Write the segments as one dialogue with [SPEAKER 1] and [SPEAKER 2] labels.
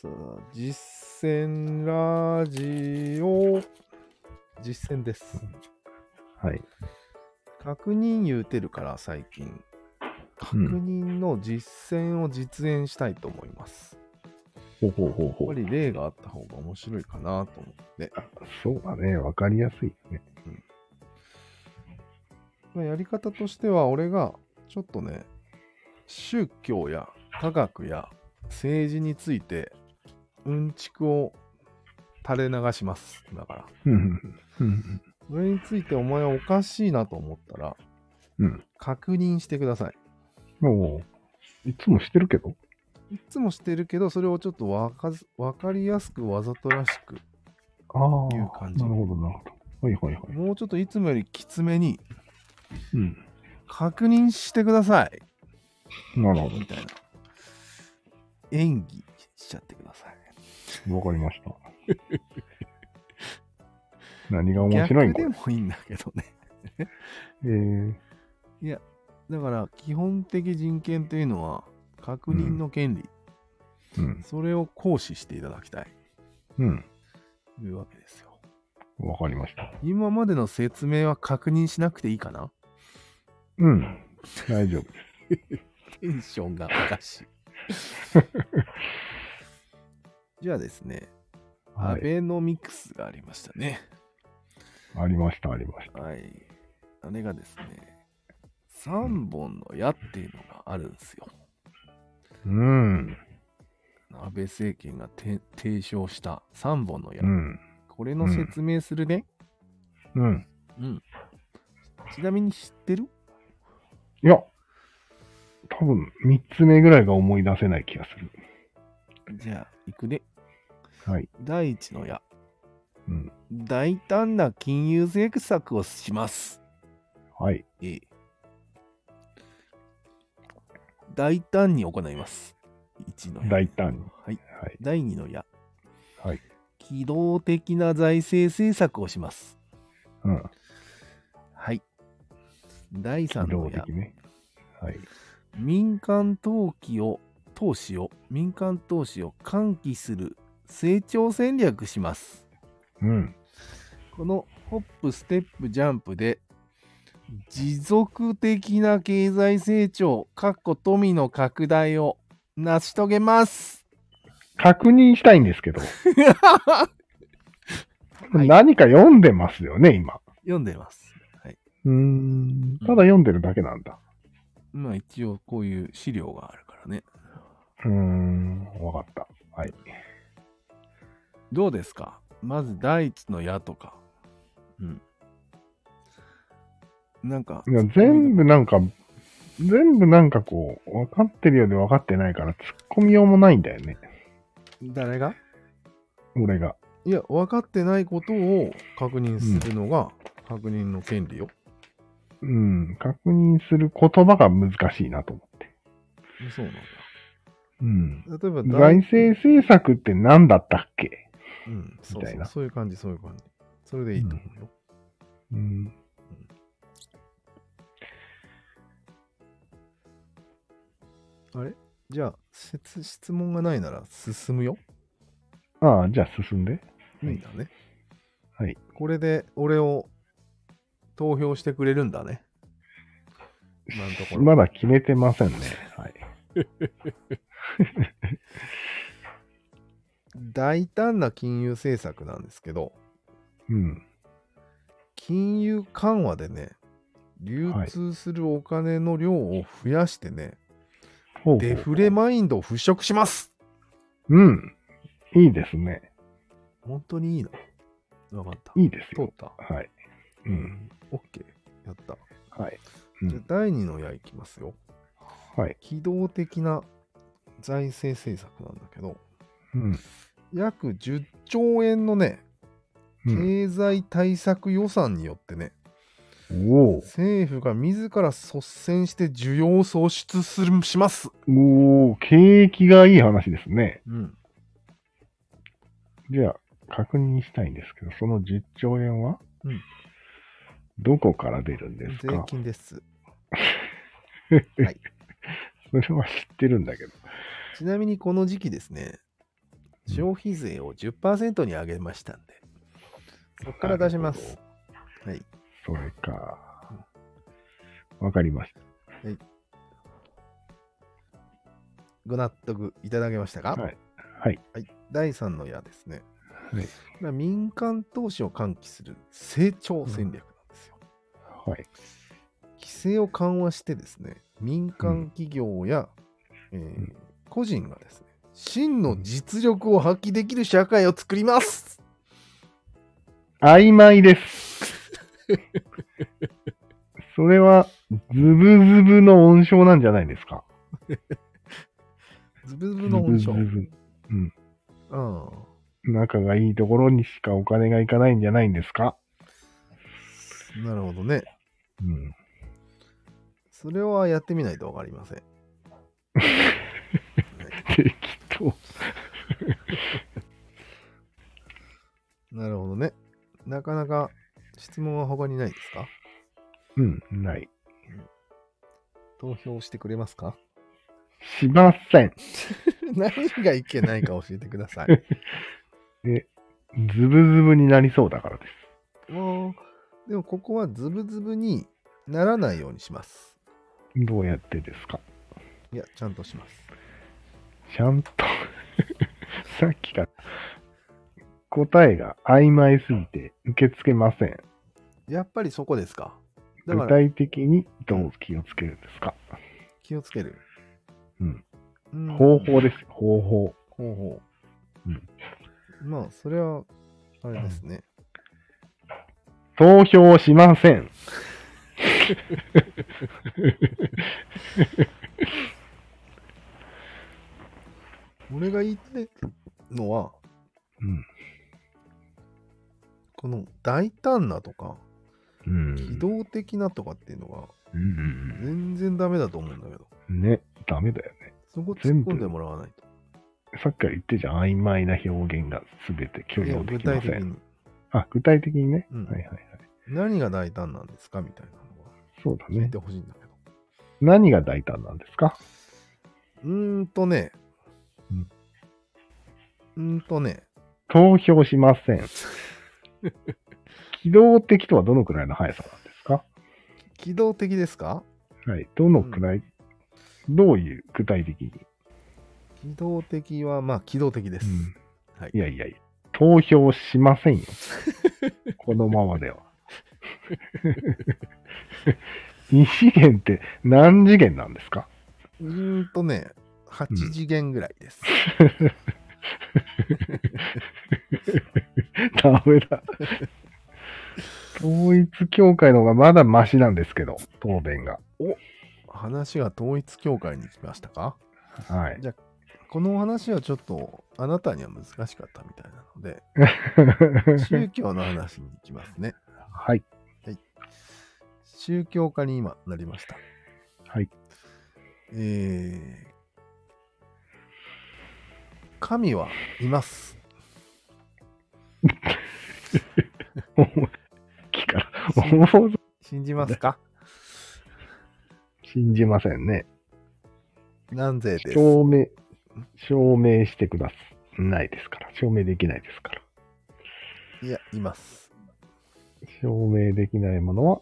[SPEAKER 1] そうそう実践ラジオ。実践です。
[SPEAKER 2] はい。
[SPEAKER 1] 確認言うてるから、最近。確
[SPEAKER 2] う
[SPEAKER 1] 認
[SPEAKER 2] ん
[SPEAKER 1] の実践を実演したいと思います。
[SPEAKER 2] ほうほうほうほ
[SPEAKER 1] やっぱり例があった方が面白いかなと思って。
[SPEAKER 2] そうだね。わかりやすいね。
[SPEAKER 1] まあ、やり方としては、俺がちょっとね、宗教や科学や政治について、うんちくを垂れ流します。だから。
[SPEAKER 2] うんうん
[SPEAKER 1] それについてお前はおかしいなと思ったら、
[SPEAKER 2] うん
[SPEAKER 1] 確認してくださ
[SPEAKER 2] うん。もう、いつもしてるけど。
[SPEAKER 1] い。いつもしてるけど、それをちょっとわかずわかりやすくわざとらしく、
[SPEAKER 2] ああ。
[SPEAKER 1] いう感じ
[SPEAKER 2] なるほど、なるほど。はいはいはい。
[SPEAKER 1] もうちょっといつもよりきつめに、
[SPEAKER 2] うん。
[SPEAKER 1] 確認してください。
[SPEAKER 2] なるほ
[SPEAKER 1] みたいな。演技しちゃってください。
[SPEAKER 2] ど。わかりました。 何が面白いんこ
[SPEAKER 1] 逆
[SPEAKER 2] れ
[SPEAKER 1] で。もいいんだけどね。
[SPEAKER 2] えー、
[SPEAKER 1] だから、基本的人権というのは、確認の権利、
[SPEAKER 2] うん。
[SPEAKER 1] それを行使していただきたい
[SPEAKER 2] うん。
[SPEAKER 1] というわけですよ。
[SPEAKER 2] わかりました。
[SPEAKER 1] 今までの説明は確認しなくていいかな
[SPEAKER 2] うん。大 丈夫。
[SPEAKER 1] テンションがおかしい。 じゃあですね、
[SPEAKER 2] は
[SPEAKER 1] ア
[SPEAKER 2] い。
[SPEAKER 1] ベノミクスがありましたね。
[SPEAKER 2] ありました、ありました。
[SPEAKER 1] はい。あれがですね、3本の矢っていうのがあるんですよ。
[SPEAKER 2] うん。
[SPEAKER 1] 安倍政権がて提唱した3本の矢。
[SPEAKER 2] うん。
[SPEAKER 1] これの説明するね。
[SPEAKER 2] うん。
[SPEAKER 1] うん。ちなみに知ってる
[SPEAKER 2] いや、多分、三つ目ぐらいが思い出せない気がする。
[SPEAKER 1] じゃあ、行くね。
[SPEAKER 2] はい。
[SPEAKER 1] 第1の矢。
[SPEAKER 2] うん。
[SPEAKER 1] 大胆な金融政策をします。
[SPEAKER 2] はい。
[SPEAKER 1] ええ大胆に行います。1の矢
[SPEAKER 2] 大胆に。
[SPEAKER 1] はい。
[SPEAKER 2] はい。
[SPEAKER 1] 第2の矢。
[SPEAKER 2] はい。
[SPEAKER 1] 機動的な財政政策をします。
[SPEAKER 2] うん。
[SPEAKER 1] はい。第3
[SPEAKER 2] 機動
[SPEAKER 1] の矢
[SPEAKER 2] 的。ね。はい。
[SPEAKER 1] 民間投機を、投資を、民間投資を喚起する成長戦略します。
[SPEAKER 2] うん。
[SPEAKER 1] このホップ、ステップ、ジャンプで、持続的な経済成長、かっこ富の拡大を成し遂げます。
[SPEAKER 2] 確認したいんですけ ど、
[SPEAKER 1] はい
[SPEAKER 2] 何か読んでますよね、今。
[SPEAKER 1] 読んでます。はい。
[SPEAKER 2] うーん。ただ読んでるだけなんだ。
[SPEAKER 1] まあ一応こういう資料があるからね。
[SPEAKER 2] うーん。わかった。はい。
[SPEAKER 1] どうですかまず第一の矢とか。うん。なんか
[SPEAKER 2] い。や全部なんか、全部なんかこう、分かってるようで分かってないから、突っ込みようもないんだよね。
[SPEAKER 1] 誰が
[SPEAKER 2] 俺が。
[SPEAKER 1] いや、分かってないことを確認するのが確認の権利よ。
[SPEAKER 2] うん。確認する言葉が難しいなと思って。
[SPEAKER 1] そうなんだ。
[SPEAKER 2] うん。
[SPEAKER 1] 例えば
[SPEAKER 2] 財政政策って何だったっけ
[SPEAKER 1] うん、そう
[SPEAKER 2] み
[SPEAKER 1] そ。
[SPEAKER 2] たいうな
[SPEAKER 1] そういう感じ、そういう感じ。それでいいと思うよ。
[SPEAKER 2] うん。
[SPEAKER 1] じゃあ、質質問がないなら進むよ。
[SPEAKER 2] ああ、じゃあ進んで。
[SPEAKER 1] い
[SPEAKER 2] はい
[SPEAKER 1] いんだね。
[SPEAKER 2] はい。
[SPEAKER 1] これで俺を投票してくれるんだね。今のところ。
[SPEAKER 2] まだ決めてませんね。はい。
[SPEAKER 1] 大胆な金融政策なんですけど、
[SPEAKER 2] うん。
[SPEAKER 1] 金融緩和でね、流通するお金の量を増やしてね、
[SPEAKER 2] ほうほう
[SPEAKER 1] デフレマインドを払拭します
[SPEAKER 2] うん。いいですね。
[SPEAKER 1] 本当にいいのわかった。
[SPEAKER 2] いいです
[SPEAKER 1] 通っ
[SPEAKER 2] よ。
[SPEAKER 1] た。
[SPEAKER 2] はい。うん。。
[SPEAKER 1] OK。やった。
[SPEAKER 2] はい。
[SPEAKER 1] じゃあ第2の矢いきますよ。
[SPEAKER 2] はい。
[SPEAKER 1] 機動的な財政政策なんだけど、
[SPEAKER 2] うん。
[SPEAKER 1] 約10兆円のね、
[SPEAKER 2] うん
[SPEAKER 1] 経済対策予算によってね、
[SPEAKER 2] おお
[SPEAKER 1] 政府が自ら率先して需要を創出するします。
[SPEAKER 2] おお景気がいい話ですね。
[SPEAKER 1] うん。
[SPEAKER 2] じゃあ、確認したいんですけど、その10兆円は、
[SPEAKER 1] うん
[SPEAKER 2] どこから出るんです
[SPEAKER 1] 税
[SPEAKER 2] か
[SPEAKER 1] 金です。
[SPEAKER 2] それは知ってるんだけど。
[SPEAKER 1] ちなみにこの時期ですね、消費税を10%に上げましたんで、そこから出します。はい。
[SPEAKER 2] それか。わかりました。
[SPEAKER 1] ご納得いただけましたか
[SPEAKER 2] はい。はい。
[SPEAKER 1] はい第3の矢ですね。
[SPEAKER 2] はい
[SPEAKER 1] これは民間投資を喚起する成長戦略なんですよ。
[SPEAKER 2] はい。
[SPEAKER 1] 規制を緩和してですね、民間企業や、えー
[SPEAKER 2] うん
[SPEAKER 1] 個人がですね、真の実力を発揮できる社会を作ります、
[SPEAKER 2] 曖昧です。 それは、ズブズブの温床なんじゃないですか。
[SPEAKER 1] ズブズブの本性。
[SPEAKER 2] ズブズ
[SPEAKER 1] うん。
[SPEAKER 2] ブ仲がいいところにしかお金がいかないんじゃないんですか。
[SPEAKER 1] なるほどね。
[SPEAKER 2] うん。
[SPEAKER 1] それはやってみないとわかりません。
[SPEAKER 2] 適当。
[SPEAKER 1] なるほどね。なかなか質問は他にないですか
[SPEAKER 2] うん、ない。
[SPEAKER 1] 投票してくれますか
[SPEAKER 2] しません。
[SPEAKER 1] 何がいけないか教えてくださ い。
[SPEAKER 2] ズブズブになりそうだからです。
[SPEAKER 1] もう、でもここはズブズブにならないようにします。
[SPEAKER 2] どうやってですか
[SPEAKER 1] いや、ちゃんとします。
[SPEAKER 2] ちゃんと、 さっきから、答えが曖昧すぎて受け付けません。
[SPEAKER 1] やっぱりそこですか。だか
[SPEAKER 2] 具
[SPEAKER 1] ら
[SPEAKER 2] 体的にどう気をつけるんですか、
[SPEAKER 1] 気をつける。
[SPEAKER 2] うん
[SPEAKER 1] うん。
[SPEAKER 2] 方法です。方法。
[SPEAKER 1] 方法。
[SPEAKER 2] うん
[SPEAKER 1] まあ、それは、あれですね。
[SPEAKER 2] 投票しません。
[SPEAKER 1] 俺が言ってるのは、
[SPEAKER 2] うん。
[SPEAKER 1] この大胆なとか、
[SPEAKER 2] うん。
[SPEAKER 1] 機動的なとかっていうのが
[SPEAKER 2] うん
[SPEAKER 1] 全然ダメだと思うんだけど、
[SPEAKER 2] うん。ね、ダメだよね。
[SPEAKER 1] そこ突っ込んでもらわないと。
[SPEAKER 2] さっきから言ってじゃん。曖昧な表現が全て許
[SPEAKER 1] いや
[SPEAKER 2] 容で
[SPEAKER 1] 具
[SPEAKER 2] きま
[SPEAKER 1] 体
[SPEAKER 2] せ
[SPEAKER 1] 的
[SPEAKER 2] ん。
[SPEAKER 1] に
[SPEAKER 2] あ、具体的にね。
[SPEAKER 1] うん
[SPEAKER 2] はいはいはい。
[SPEAKER 1] 何が大胆なんですかみたいなのは
[SPEAKER 2] そうだ
[SPEAKER 1] 聞い
[SPEAKER 2] ね
[SPEAKER 1] て。ほしいんだけど。
[SPEAKER 2] 何が大胆なんですか
[SPEAKER 1] うーんとね、
[SPEAKER 2] うん
[SPEAKER 1] うーんとね、
[SPEAKER 2] 投票しま せん。機動的とはどのくらいの速さなんですか
[SPEAKER 1] 機動的ですか
[SPEAKER 2] はい。どのくらい、どういう具体的に、
[SPEAKER 1] 機動的は、まあ、機動的です。はい
[SPEAKER 2] いやいやいや、投票しませんよ。このままでは。 二次元って何次元なんですか
[SPEAKER 1] うーんとね、8次元ぐらいです。
[SPEAKER 2] ダメだ。統一教会の方がまだマシなんですけど、答弁が。
[SPEAKER 1] 話が統一教会に来ましたか
[SPEAKER 2] はい。
[SPEAKER 1] このお話はちょっとあなたには難しかったみたいなの で、宗教の話に行きますね。
[SPEAKER 2] はい。
[SPEAKER 1] 宗教家に今なりました。
[SPEAKER 2] はい。
[SPEAKER 1] えー神はいます。
[SPEAKER 2] 思いっきから、思うぞ
[SPEAKER 1] 信じますか
[SPEAKER 2] 信じませんね。
[SPEAKER 1] 何税です。
[SPEAKER 2] 証明、証明してくださないですから。証明できないですから。
[SPEAKER 1] いや、います。
[SPEAKER 2] 証明できないものは、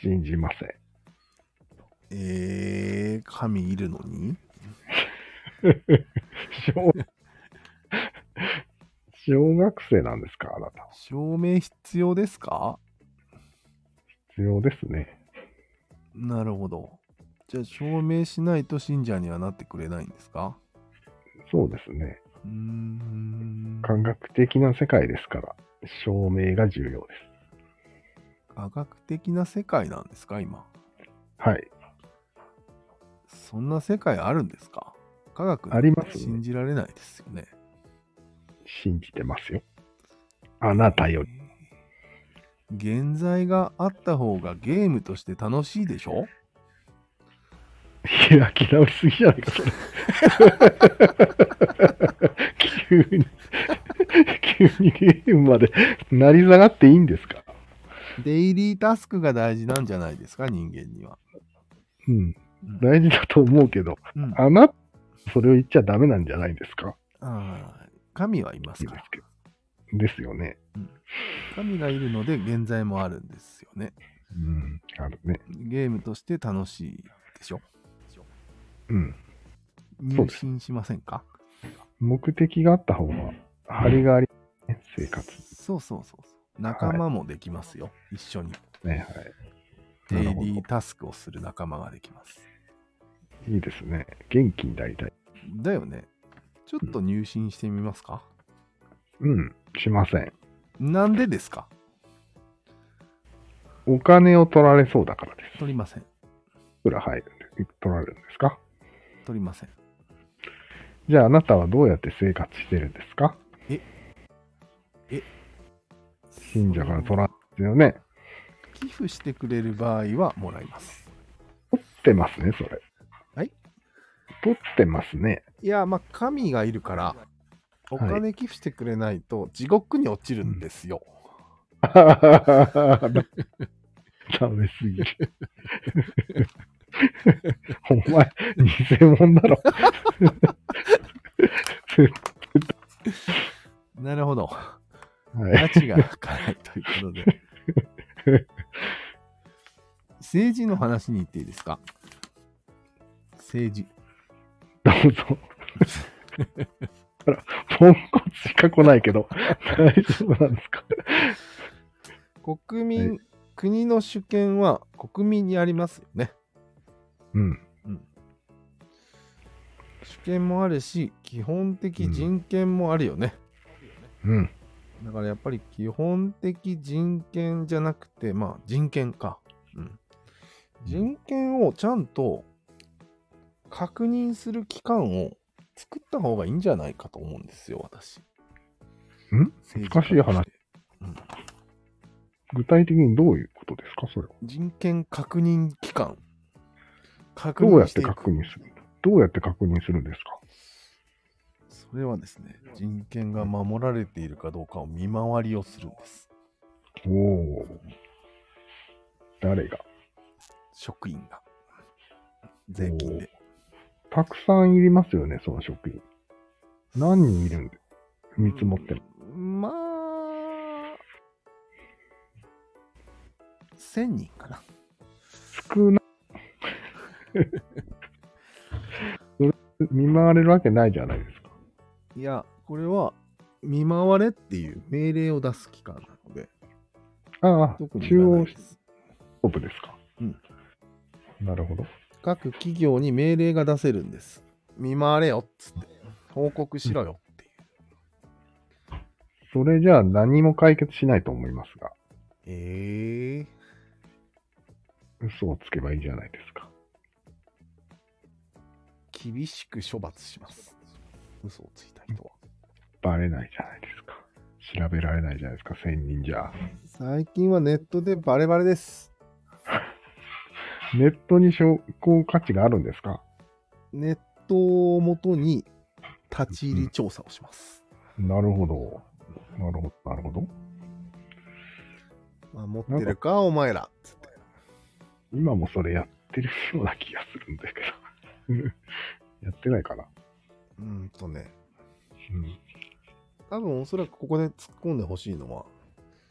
[SPEAKER 2] 信じません。
[SPEAKER 1] えー、神いるのに
[SPEAKER 2] 小 小学生なんですかあなた。
[SPEAKER 1] 証明必要ですか
[SPEAKER 2] 必要ですね。
[SPEAKER 1] なるほど。じゃあ証明しないと信者にはなってくれないんですか
[SPEAKER 2] そうですね。
[SPEAKER 1] うーん。
[SPEAKER 2] 感覚的な世界ですから、証明が重要で
[SPEAKER 1] 科学的な世界なんですか今。
[SPEAKER 2] す。はい。
[SPEAKER 1] そんな世界あるんですか科学
[SPEAKER 2] ありますね
[SPEAKER 1] 信じられないですよね。
[SPEAKER 2] 信じてますよ。あなたより。
[SPEAKER 1] 現在があった方がゲームとして楽しいでしょ
[SPEAKER 2] 開き直りすぎじゃないか、それ。 急に、 急にゲームまで成り下がっていいんですか
[SPEAKER 1] デイリータスクが大事なんじゃないですか人間には。
[SPEAKER 2] うん。大事だと思うけど、
[SPEAKER 1] うん
[SPEAKER 2] あなた、それを言っちゃダメなんじゃないですか
[SPEAKER 1] ああ、神はいます
[SPEAKER 2] で
[SPEAKER 1] から。
[SPEAKER 2] すけど。ですよね。
[SPEAKER 1] 神がいるので、現在もあるんですよね。
[SPEAKER 2] うん。あるね。
[SPEAKER 1] ゲームとして楽しいでしょ。
[SPEAKER 2] うん。そう
[SPEAKER 1] 入
[SPEAKER 2] です
[SPEAKER 1] 信しませんか
[SPEAKER 2] 目的があった方が、張りがあり、ね、生活。
[SPEAKER 1] そうそうそうそう。仲間もできますよ。一緒に。
[SPEAKER 2] ね、はい。なるほ
[SPEAKER 1] AD
[SPEAKER 2] ど
[SPEAKER 1] タスクをする仲間ができます。
[SPEAKER 2] いいですね。元気になりたい。
[SPEAKER 1] だよね。ちょっと入信してみますか、
[SPEAKER 2] うん。しません。
[SPEAKER 1] なんでですか
[SPEAKER 2] お金を取られそうだからです。
[SPEAKER 1] 取りません。
[SPEAKER 2] いくら入るんで、取られるんですか
[SPEAKER 1] 取りません。
[SPEAKER 2] じゃああなたはどうやって生活してるんですか信者から取られですよね。
[SPEAKER 1] 寄付してくれる場合はもらいます。
[SPEAKER 2] 取ってますね、それ。
[SPEAKER 1] はい
[SPEAKER 2] 取ってますね。
[SPEAKER 1] いや、まあ、神がいるから、お金寄付してくれないと地獄に落ちるんですよ。
[SPEAKER 2] ダメダメすぎる。お前、偽物だろ。
[SPEAKER 1] なるほ ど。
[SPEAKER 2] はい、
[SPEAKER 1] 拉致が辛いということで。 政治の話に行っていいですか政治。
[SPEAKER 2] どうぞ。あら、ポンコツしか来ないけど、大丈夫なんですか
[SPEAKER 1] 国民、国の主権は国民にありますよね。
[SPEAKER 2] うん。
[SPEAKER 1] 主権もあるし、基本的人権もあるよね。
[SPEAKER 2] うん。
[SPEAKER 1] だからやっぱり基本的人権じゃなくて、まあ人権か。うん。人権をちゃんと確認する機関を作った方がいいんじゃないかと思うんですよ、私。
[SPEAKER 2] ん
[SPEAKER 1] 政治家と
[SPEAKER 2] 難
[SPEAKER 1] て
[SPEAKER 2] 具体的にどういうことですか、それは。
[SPEAKER 1] 人権確認機関。確
[SPEAKER 2] どう
[SPEAKER 1] 認
[SPEAKER 2] やっ
[SPEAKER 1] して
[SPEAKER 2] て
[SPEAKER 1] いく
[SPEAKER 2] 確認するどうやって確認するんですか
[SPEAKER 1] それはですね、人権が守られているかどうかを見回りをするんです。
[SPEAKER 2] おおー。誰が
[SPEAKER 1] 職員が。税金で。
[SPEAKER 2] たくさんいりますよね、その職員。何人いるんで見積もっても。
[SPEAKER 1] うんまあ、1000人かな。
[SPEAKER 2] 少ない。それ 見回れるわけないじゃないですか。
[SPEAKER 1] いや、これは、見回れっていう命令を出す機関なので、
[SPEAKER 2] ああ、
[SPEAKER 1] 特に
[SPEAKER 2] 中
[SPEAKER 1] 言わな
[SPEAKER 2] 央
[SPEAKER 1] いです。
[SPEAKER 2] 本部ですか。
[SPEAKER 1] うん。
[SPEAKER 2] なるほど。
[SPEAKER 1] 各企業に命令が出せるんです。見回れよっつって、報告しろよっていう。
[SPEAKER 2] それじゃあ何も解決しないと思いますが、
[SPEAKER 1] ええ
[SPEAKER 2] 嘘をつけばいいじゃないですか。
[SPEAKER 1] 厳しく処罰します。嘘をついた人は。
[SPEAKER 2] バレないじゃないですか。調べられないじゃないですか、千人じゃ。
[SPEAKER 1] 最近はネットでバレバレです。
[SPEAKER 2] ネットに証拠価値があるんですか
[SPEAKER 1] ネットをもとに立ち入り調査をします。
[SPEAKER 2] なるほど。なるほど、なるほど。
[SPEAKER 1] まあ、持ってるか、お前ら。つって。
[SPEAKER 2] 今もそれやってるような気がするんだけど。 やってないかな。
[SPEAKER 1] うーんとね、
[SPEAKER 2] うん。
[SPEAKER 1] 多分おそらくここで突っ込んでほしいのは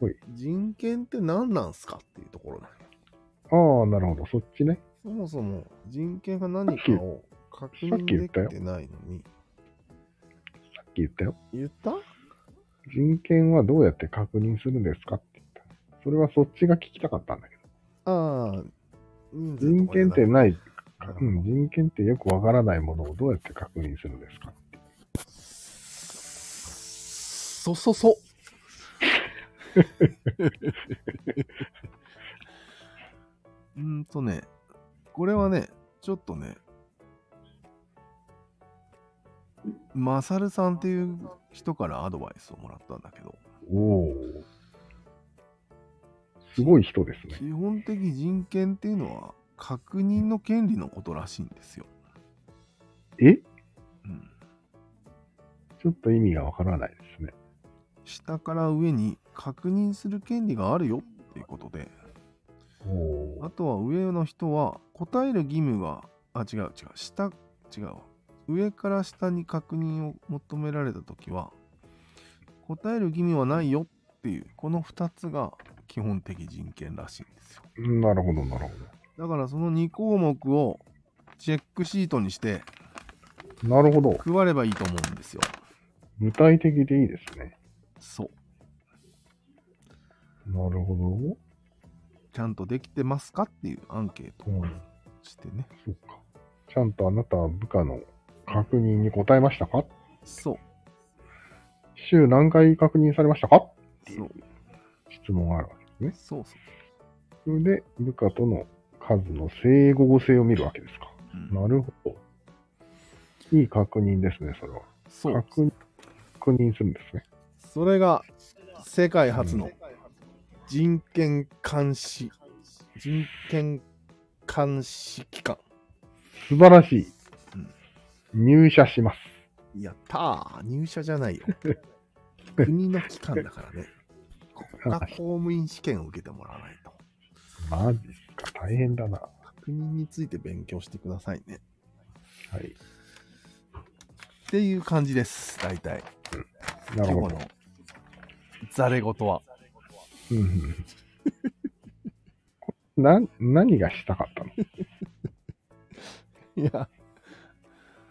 [SPEAKER 2] はい、
[SPEAKER 1] 人権って何なんすかっていうところだよ。
[SPEAKER 2] ああ、なるほど。そっちね。
[SPEAKER 1] そもそも人権が何かを確
[SPEAKER 2] さっ
[SPEAKER 1] 認
[SPEAKER 2] き言
[SPEAKER 1] で
[SPEAKER 2] ったよ
[SPEAKER 1] きてないのに。
[SPEAKER 2] さっき言ったよ。
[SPEAKER 1] 言った
[SPEAKER 2] 人権はどうやって確認するんですかって言った。それはそっちが聞きたかったんだけど。
[SPEAKER 1] ああ、人
[SPEAKER 2] 人権ってない、う
[SPEAKER 1] うん
[SPEAKER 2] ん、人権ってよくわからないものをどうやって確認するんですか
[SPEAKER 1] そそそ。うーんとね、これはね、ちょっとね、マサルさんっていう人からアドバイスをもらったんだけど、
[SPEAKER 2] おお。すごい人ですね。
[SPEAKER 1] 基本的人権っていうのは確認の権利のことらしいんですよ。
[SPEAKER 2] え
[SPEAKER 1] うん、
[SPEAKER 2] ちょっと意味がわからないですね。
[SPEAKER 1] 下から上に確認する権利があるよっていうことで、
[SPEAKER 2] おお
[SPEAKER 1] あとは上の人は答える義務が、あ、違う違う、下、違うわ。上から下に確認を求められた時は答える義務はないよっていうこの2つが基本的人権らしいんですよ
[SPEAKER 2] なるほど、なる
[SPEAKER 1] だからその2項目をチェックシートにして
[SPEAKER 2] ほど。なるほど。
[SPEAKER 1] 配ればいいと思うんですよ
[SPEAKER 2] 具体的でいいですね。
[SPEAKER 1] そう
[SPEAKER 2] なるほ
[SPEAKER 1] ちゃんとできてますかっていうアンケート
[SPEAKER 2] ど。うん。
[SPEAKER 1] してね
[SPEAKER 2] そうか。ちゃんとあなたは部下の確認に答えましたか
[SPEAKER 1] そう
[SPEAKER 2] 週何回確認されましたか
[SPEAKER 1] そう
[SPEAKER 2] 質問があるわけですね。
[SPEAKER 1] そうそう、
[SPEAKER 2] それで、部下との数の整合性を見るわけですか。
[SPEAKER 1] うん
[SPEAKER 2] なるほど。いい確認ですね、それは。
[SPEAKER 1] そう
[SPEAKER 2] 確認確認するんですね。
[SPEAKER 1] それが世界初の人権監視、人権監視機関。
[SPEAKER 2] 素晴らしい。
[SPEAKER 1] うん
[SPEAKER 2] 入社します。
[SPEAKER 1] やったー、入社じゃ ないよ。国の機関だからね。国家公務員試験を受けてもらわないと。
[SPEAKER 2] マジっすか。大変だな。
[SPEAKER 1] 確認について勉強してくださいね。
[SPEAKER 2] はい。
[SPEAKER 1] っていう感じです、大体。
[SPEAKER 2] なる
[SPEAKER 1] 今
[SPEAKER 2] ほ
[SPEAKER 1] 日
[SPEAKER 2] ど。
[SPEAKER 1] のザレ事は。
[SPEAKER 2] うんうんうんな何がしたかったの
[SPEAKER 1] いや、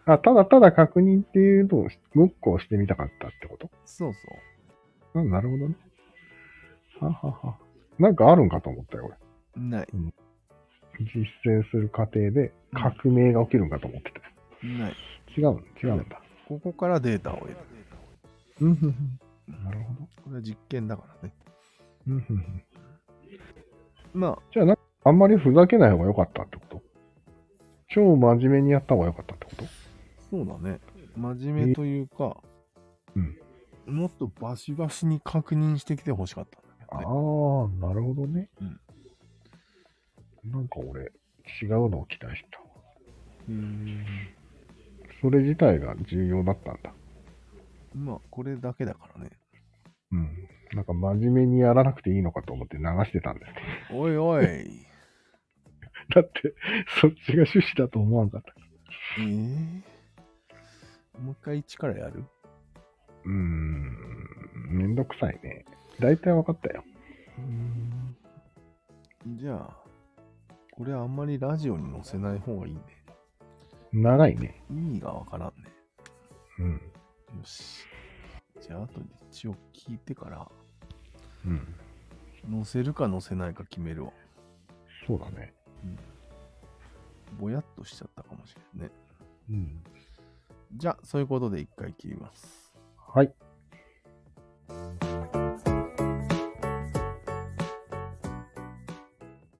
[SPEAKER 2] あただただ確認っていうのをごっこをしてみたかったってこと
[SPEAKER 1] そうそう。
[SPEAKER 2] あなるほどね。ははは。なんかあるんかと思ったよ、俺。
[SPEAKER 1] ない、
[SPEAKER 2] 実践する過程で革命が起きるんかと思ってて。
[SPEAKER 1] ない。
[SPEAKER 2] 違うん、違うんだ。
[SPEAKER 1] ここからデータを得る。
[SPEAKER 2] うんうんうんなるほど。
[SPEAKER 1] これは実験だからね。
[SPEAKER 2] うんうんうん
[SPEAKER 1] まあ、
[SPEAKER 2] じゃあなんか、あんまりふざけない方が良かったってこと超真面目にやった方が良かったってこと
[SPEAKER 1] そうだね。真面目というか、
[SPEAKER 2] うん
[SPEAKER 1] もっとバシバシに確認してきてほしかったんだけ
[SPEAKER 2] あ
[SPEAKER 1] ど、
[SPEAKER 2] あ
[SPEAKER 1] ね。
[SPEAKER 2] ー、なるほどね。
[SPEAKER 1] うん
[SPEAKER 2] なんか俺、違うのを期待した。
[SPEAKER 1] うーん
[SPEAKER 2] それ自体が重要だったんだ。
[SPEAKER 1] まあ、これだけだからね。
[SPEAKER 2] うん。なんか真面目にやらなくていいのかと思って流してたんですけ
[SPEAKER 1] おい おい。え
[SPEAKER 2] ど。だって、そっちが趣旨だと思わんかった。
[SPEAKER 1] えもう一回一からやる
[SPEAKER 2] うーん。めんどくさいね。大体わかったよ。
[SPEAKER 1] じゃあ、これあんまりラジオに載せない方がいいね。
[SPEAKER 2] 長いね。
[SPEAKER 1] 意味がわからんね。
[SPEAKER 2] うん。
[SPEAKER 1] よし。じゃあ、後で一応聞いてから、
[SPEAKER 2] うん。
[SPEAKER 1] 載せるか載せないか決めるわ。
[SPEAKER 2] そうだね。
[SPEAKER 1] ぼやっとしちゃったかもしれないね。
[SPEAKER 2] うん。
[SPEAKER 1] じゃあ、そういうことで一回切ります。
[SPEAKER 2] はい。